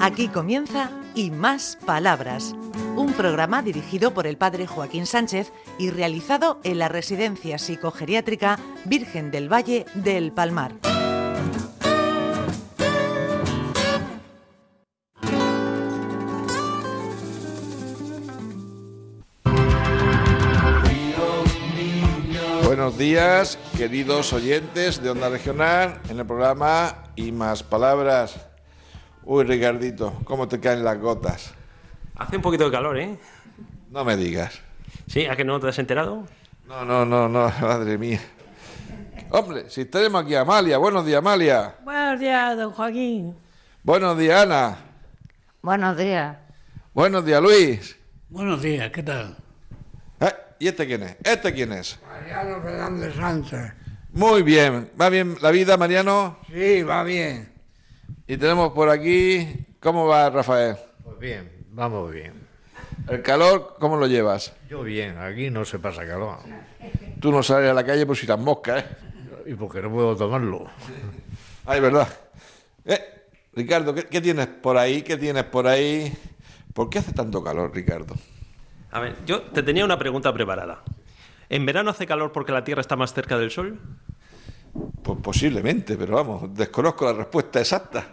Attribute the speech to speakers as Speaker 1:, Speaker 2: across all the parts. Speaker 1: Aquí comienza Y Más Palabras, un programa dirigido por el padre Joaquín Sánchez y realizado en la Residencia Psicogeriátrica Virgen del Valle del Palmar.
Speaker 2: Buenos días, queridos oyentes de Onda Regional, en el programa Y Más Palabras. Uy, Ricardito, cómo te caen las gotas.
Speaker 3: Hace un poquito de calor, ¿eh?
Speaker 2: No me digas.
Speaker 3: ¿Sí? ¿A que no te has enterado?
Speaker 2: No, no, no, no, madre mía. Hombre, si tenemos aquí a Amalia. Buenos días, Amalia.
Speaker 4: Buenos días, don Joaquín.
Speaker 2: Buenos días, Ana.
Speaker 5: Buenos días.
Speaker 2: Buenos días, Luis.
Speaker 6: Buenos días, ¿qué tal?
Speaker 2: Eh, ¿Y este quién es? ¿Este quién es?
Speaker 7: Mariano Fernández Sánchez.
Speaker 2: Muy bien. ¿Va bien la vida, Mariano?
Speaker 7: Sí, va bien.
Speaker 2: Y tenemos por aquí... ¿Cómo va, Rafael?
Speaker 8: Pues bien, vamos bien.
Speaker 2: ¿El calor cómo lo llevas?
Speaker 8: Yo bien, aquí no se pasa calor.
Speaker 2: Tú no sales a la calle por si las moscas, ¿eh?
Speaker 8: Y porque no puedo tomarlo.
Speaker 2: Ay, verdad. Eh, Ricardo, ¿qué, qué tienes por ahí? ¿Qué tienes por ahí? ¿Por qué hace tanto calor, Ricardo?
Speaker 3: A ver, yo te tenía una pregunta preparada. ¿En verano hace calor porque la Tierra está más cerca del Sol?
Speaker 2: Pues posiblemente, pero vamos, desconozco la respuesta exacta.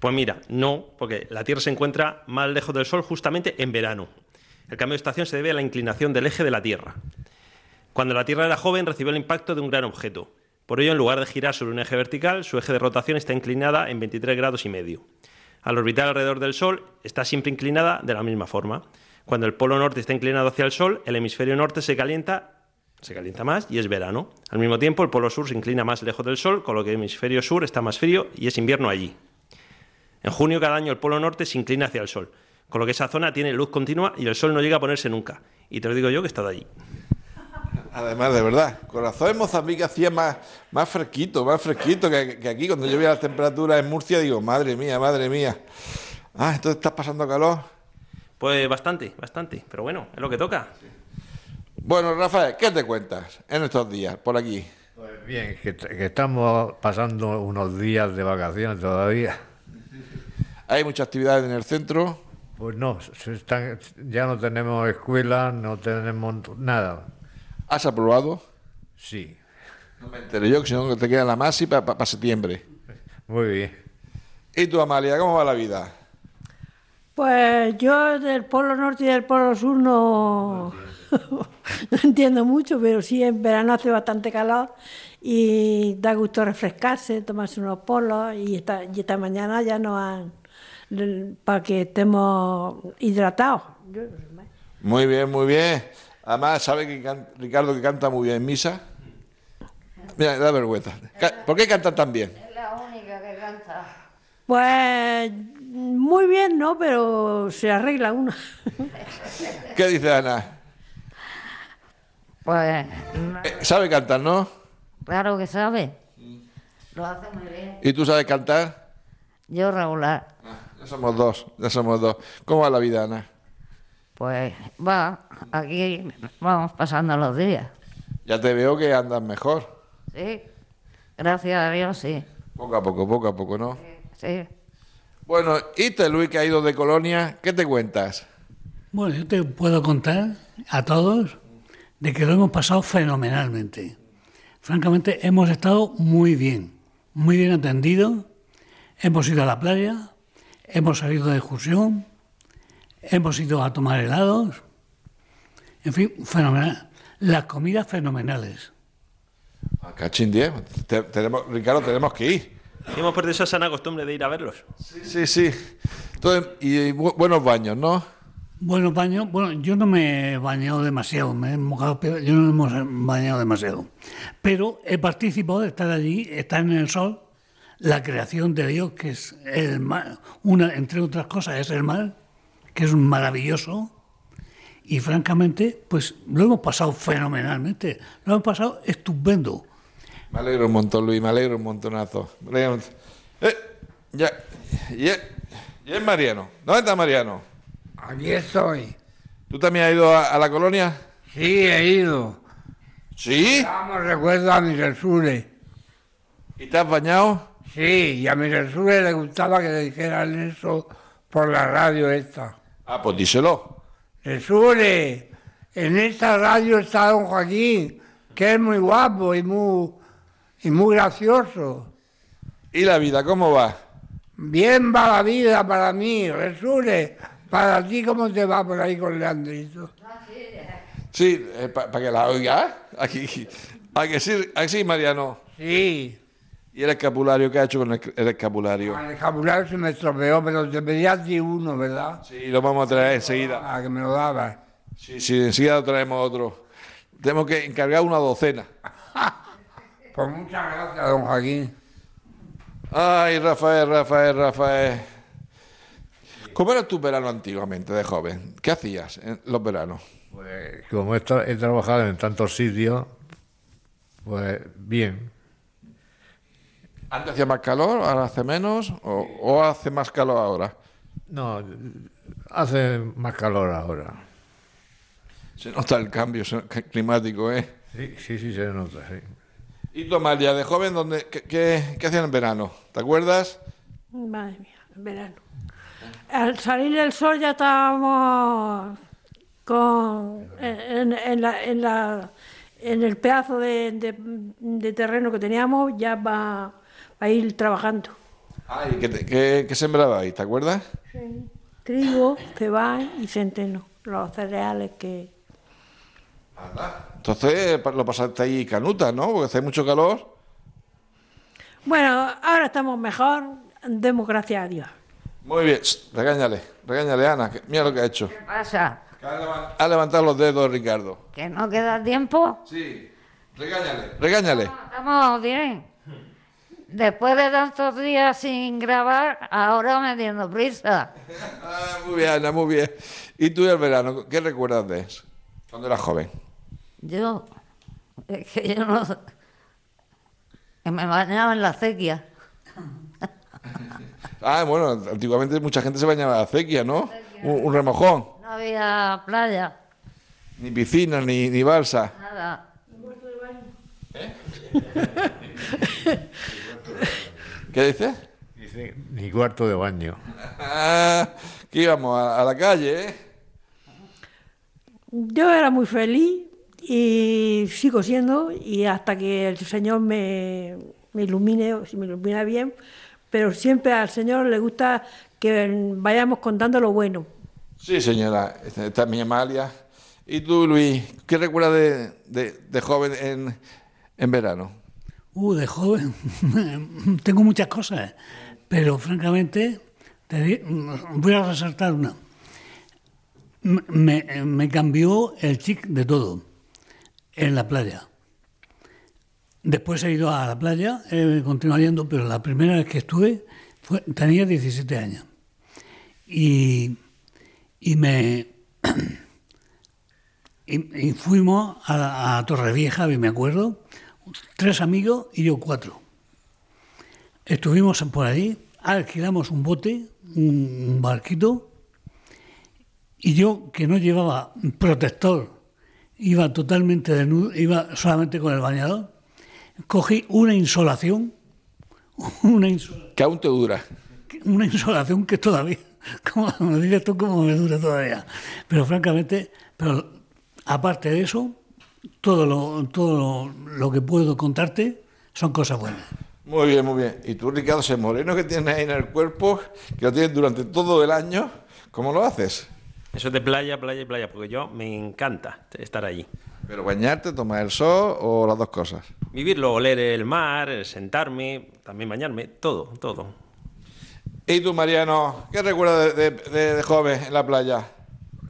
Speaker 3: Pues mira, no, porque la Tierra se encuentra más lejos del Sol justamente en verano. El cambio de estación se debe a la inclinación del eje de la Tierra. Cuando la Tierra era joven recibió el impacto de un gran objeto. Por ello, en lugar de girar sobre un eje vertical, su eje de rotación está inclinada en 23 grados y medio. Al orbitar alrededor del Sol, está siempre inclinada de la misma forma. Cuando el polo norte está inclinado hacia el Sol, el hemisferio norte se calienta se calienta más y es verano. Al mismo tiempo, el polo sur se inclina más lejos del sol, con lo que el hemisferio sur está más frío y es invierno allí. En junio cada año el polo norte se inclina hacia el sol, con lo que esa zona tiene luz continua y el sol no llega a ponerse nunca. Y te lo digo yo que he estado allí.
Speaker 2: Además, de verdad, corazón en Mozambique hacía más, más fresquito, más fresquito que, que aquí. Cuando yo veía las temperaturas en Murcia, digo, madre mía, madre mía. Ah, entonces estás pasando calor.
Speaker 3: Pues bastante, bastante. Pero bueno, es lo que toca.
Speaker 2: Bueno, Rafael, ¿qué te cuentas en estos días por aquí?
Speaker 8: Pues bien, que, que estamos pasando unos días de vacaciones todavía.
Speaker 2: ¿Hay mucha actividad en el centro?
Speaker 8: Pues no, se están- ya no tenemos escuela, no tenemos nada.
Speaker 2: ¿Has aprobado?
Speaker 8: Sí,
Speaker 2: No me enteré yo, que si no te queda la masi para septiembre.
Speaker 8: muy bien.
Speaker 2: ¿Y tú, Amalia, cómo va la vida?
Speaker 4: Pues yo del Polo Norte y del Polo Sur no, no entiendo mucho, pero sí en verano hace bastante calor y da gusto refrescarse, tomarse unos polos y esta, y esta mañana ya no han para que estemos hidratados. Yo-
Speaker 2: Muy bien, muy bien. Además, sabe que can- Ricardo que canta muy bien en misa. Mira, da vergüenza. Ca- ¿Por qué canta tan bien?
Speaker 5: Es la única que canta.
Speaker 4: Pues muy bien, ¿no? Pero se arregla uno.
Speaker 2: ¿Qué dice Ana?
Speaker 5: Pues mm,
Speaker 2: Eh, sabe cantar, ¿no?
Speaker 5: claro que sabe. Lo hace muy bien.
Speaker 2: ¿Y tú sabes cantar?
Speaker 5: Yo regular.
Speaker 2: Ya somos dos, ya somos dos. ¿Cómo va la vida, Ana?
Speaker 5: Pues va, aquí vamos pasando los días.
Speaker 2: Ya te veo que andas mejor.
Speaker 5: Sí. Gracias a Dios, sí.
Speaker 2: Poco a poco, poco a poco, ¿no?
Speaker 5: Sí.
Speaker 2: Bueno, ¿y te Luis que ha ido de Colonia? ¿Qué te cuentas?
Speaker 6: Bueno, yo te puedo contar a todos de que lo hemos pasado fenomenalmente. Francamente, hemos estado muy bien, muy bien atendidos. Hemos ido a la playa, hemos salido de excursión, hemos ido a tomar helados. En fin, fenomenal. Las comidas fenomenales.
Speaker 2: Ah, Cachín 10. Te- tenemos, Ricardo, tenemos que ir.
Speaker 3: Y hemos perdido esa sana costumbre de ir a verlos.
Speaker 2: Sí, sí, sí. Entonces, y bu- buenos baños, ¿no?
Speaker 6: Bueno, baño, bueno, yo no me he bañado demasiado, me he mojado, pero yo no me he bañado demasiado. Pero he participado de estar allí, estar en el sol, la creación de Dios, que es el mar, una, entre otras cosas, es el mar, que es maravilloso. Y francamente, pues lo hemos pasado fenomenalmente, lo hemos pasado estupendo.
Speaker 2: Me alegro un montón, Luis, me alegro un montonazo. Me alegro un- Eh, ya, y es, y es Mariano. ¿Dónde está Mariano?
Speaker 7: Aquí estoy.
Speaker 2: ¿Tú también has ido a, a la colonia?
Speaker 7: Sí, he ido.
Speaker 2: Sí.
Speaker 7: Damos recuerdo a mis Jesús.
Speaker 2: ¿Y te has bañado?
Speaker 7: Sí, Sí, y a mi Jesús le gustaba que le dijeran eso por la radio esta.
Speaker 2: Ah, pues díselo.
Speaker 7: Jesús, en esta radio está don Joaquín, que es muy guapo y muy, y muy gracioso.
Speaker 2: ¿Y la vida cómo va?
Speaker 7: Bien va la vida para mí, Jesús, para ti cómo te va por ahí con Leandrito.
Speaker 2: Sí, para que la oiga. Aquí, aquí, sí, aquí sí, Mariano.
Speaker 7: Sí,
Speaker 2: ¿Y el escapulario qué ha hecho con el, el escapulario?
Speaker 7: el vocabulario se me estropeó, pero te pedí a ti uno, ¿verdad?
Speaker 2: Sí, lo vamos a traer enseguida.
Speaker 7: Ah, que me lo dabas.
Speaker 2: Sí, sí, enseguida lo traemos otro. Tenemos que encargar una docena.
Speaker 7: Pues muchas gracias, don Joaquín.
Speaker 2: Ay, Rafael, Rafael, Rafael. ¿Cómo era tu verano antiguamente, de joven? ¿Qué hacías en los veranos?
Speaker 8: Pues, como he, tra- he trabajado en tantos sitios, pues bien.
Speaker 2: ¿Antes hacía más calor, ahora hace menos o, o hace más calor ahora?
Speaker 8: No, hace más calor ahora.
Speaker 2: Se nota el cambio se- climático, ¿eh?
Speaker 8: Sí, sí, sí, se nota, sí.
Speaker 2: ¿Y tú, Amalia, de joven, dónde, qué, qué, qué hacían en verano? ¿Te acuerdas?
Speaker 4: Madre mía, en verano. Al salir el sol ya estábamos con, en, en la- en la- en el pedazo de, de- de terreno que teníamos ya va a ir trabajando.
Speaker 2: Ay, ¿qué, te- qué, qué sembrabais? ¿Te acuerdas?
Speaker 4: Trigo, cebada y centeno, los cereales que...
Speaker 2: Entonces pa- lo pasaste ahí canuta, ¿no? Porque hace mucho calor.
Speaker 4: Bueno, ahora estamos mejor, demos gracias a Dios.
Speaker 2: Muy bien, Shh, regáñale, regáñale, Ana, que- mira lo que ha hecho.
Speaker 5: ¿Qué pasa?
Speaker 2: Ha levantado los dedos, Ricardo.
Speaker 5: ¿Que no queda tiempo?
Speaker 2: Sí, regáñale. Regáñale.
Speaker 5: Estamos bien. Después de tantos días sin grabar, ahora me dando prisa.
Speaker 2: Ah, muy bien, Ana, muy bien. ¿Y tú del verano? ¿Qué recuerdas de eso? Cuando eras joven.
Speaker 5: Yo, es que yo no. Que me bañaba en la acequia.
Speaker 2: Ah, bueno, antiguamente mucha gente se bañaba de acequia, ¿no? Un, un remojón.
Speaker 5: No había playa,
Speaker 2: Ni piscina, ni, ni balsa.
Speaker 5: nada.
Speaker 2: ¿Qué dices?
Speaker 8: Dice, ni cuarto de baño.
Speaker 2: Ah, que íbamos a, a la calle, ¿eh?
Speaker 4: Yo era muy feliz y sigo siendo, y hasta que el Señor me, me ilumine, o si me ilumina bien, pero siempre al Señor le gusta que vayamos contando lo bueno.
Speaker 2: Sí, señora, esta, esta es mi Amalia. ¿Y tú, Luis, qué recuerdas de, de- de joven en, en verano?
Speaker 6: Uh, de joven. Tengo muchas cosas, pero francamente te di- voy a resaltar una. M- Me, me cambió el chic de todo en la playa. Después he ido a la playa, he continuado yendo, pero la primera vez que estuve fue- tenía 17 años. Y, y me. y, y fuimos a, a Torrevieja, me acuerdo, tres amigos y yo cuatro. Estuvimos por allí, alquilamos un bote, un, un barquito, y yo que no llevaba protector, iba totalmente desnudo, iba solamente con el bañador, cogí una insolación, una, inso-
Speaker 2: Que aún te dura.
Speaker 6: una insolación que todavía, como me digas tú, como me dura todavía. Pero francamente, pero aparte de eso, todo lo, todo lo- lo que puedo contarte son cosas buenas.
Speaker 2: Muy bien, muy bien. ¿Y tú, Ricardo, ese moreno que tienes ahí en el cuerpo, que lo tienes durante todo el año, cómo lo haces?
Speaker 3: Eso es de playa, playa y playa, porque yo me encanta estar allí.
Speaker 2: ¿Pero bañarte, tomar el sol o las dos cosas?
Speaker 3: Vivirlo, oler el mar, el sentarme, también bañarme, todo, todo.
Speaker 2: ¿Y tú, Mariano, qué recuerdas de, de- de- de joven en la playa?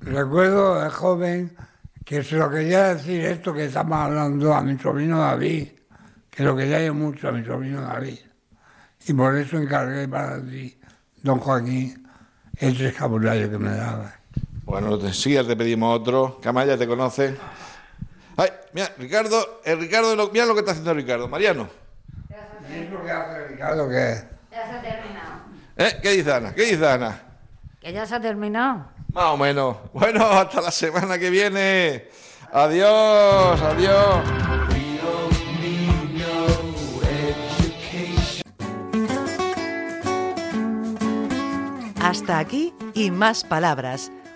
Speaker 7: Recuerdo de joven que se lo quería decir esto que estamos hablando a mi sobrino David, que lo quería yo mucho a mi sobrino David. Y por eso encargué para ti, don Joaquín, ese escapulario que me daba.
Speaker 2: Bueno, te- sí, ya te pedimos otro. Camaya te conoce. Ay, mira, Ricardo, el Ricardo, lo- mira lo que está haciendo Ricardo. Mariano,
Speaker 7: ¿Y eso que hace Ricardo que es?
Speaker 5: Ya se ha terminado.
Speaker 2: ¿eh? ¿Qué dice Ana? ¿Qué dice Ana?
Speaker 5: Que ya se ha terminado.
Speaker 2: Más o menos. Bueno, hasta la semana que viene. Adiós, adiós.
Speaker 1: Hasta aquí y más palabras,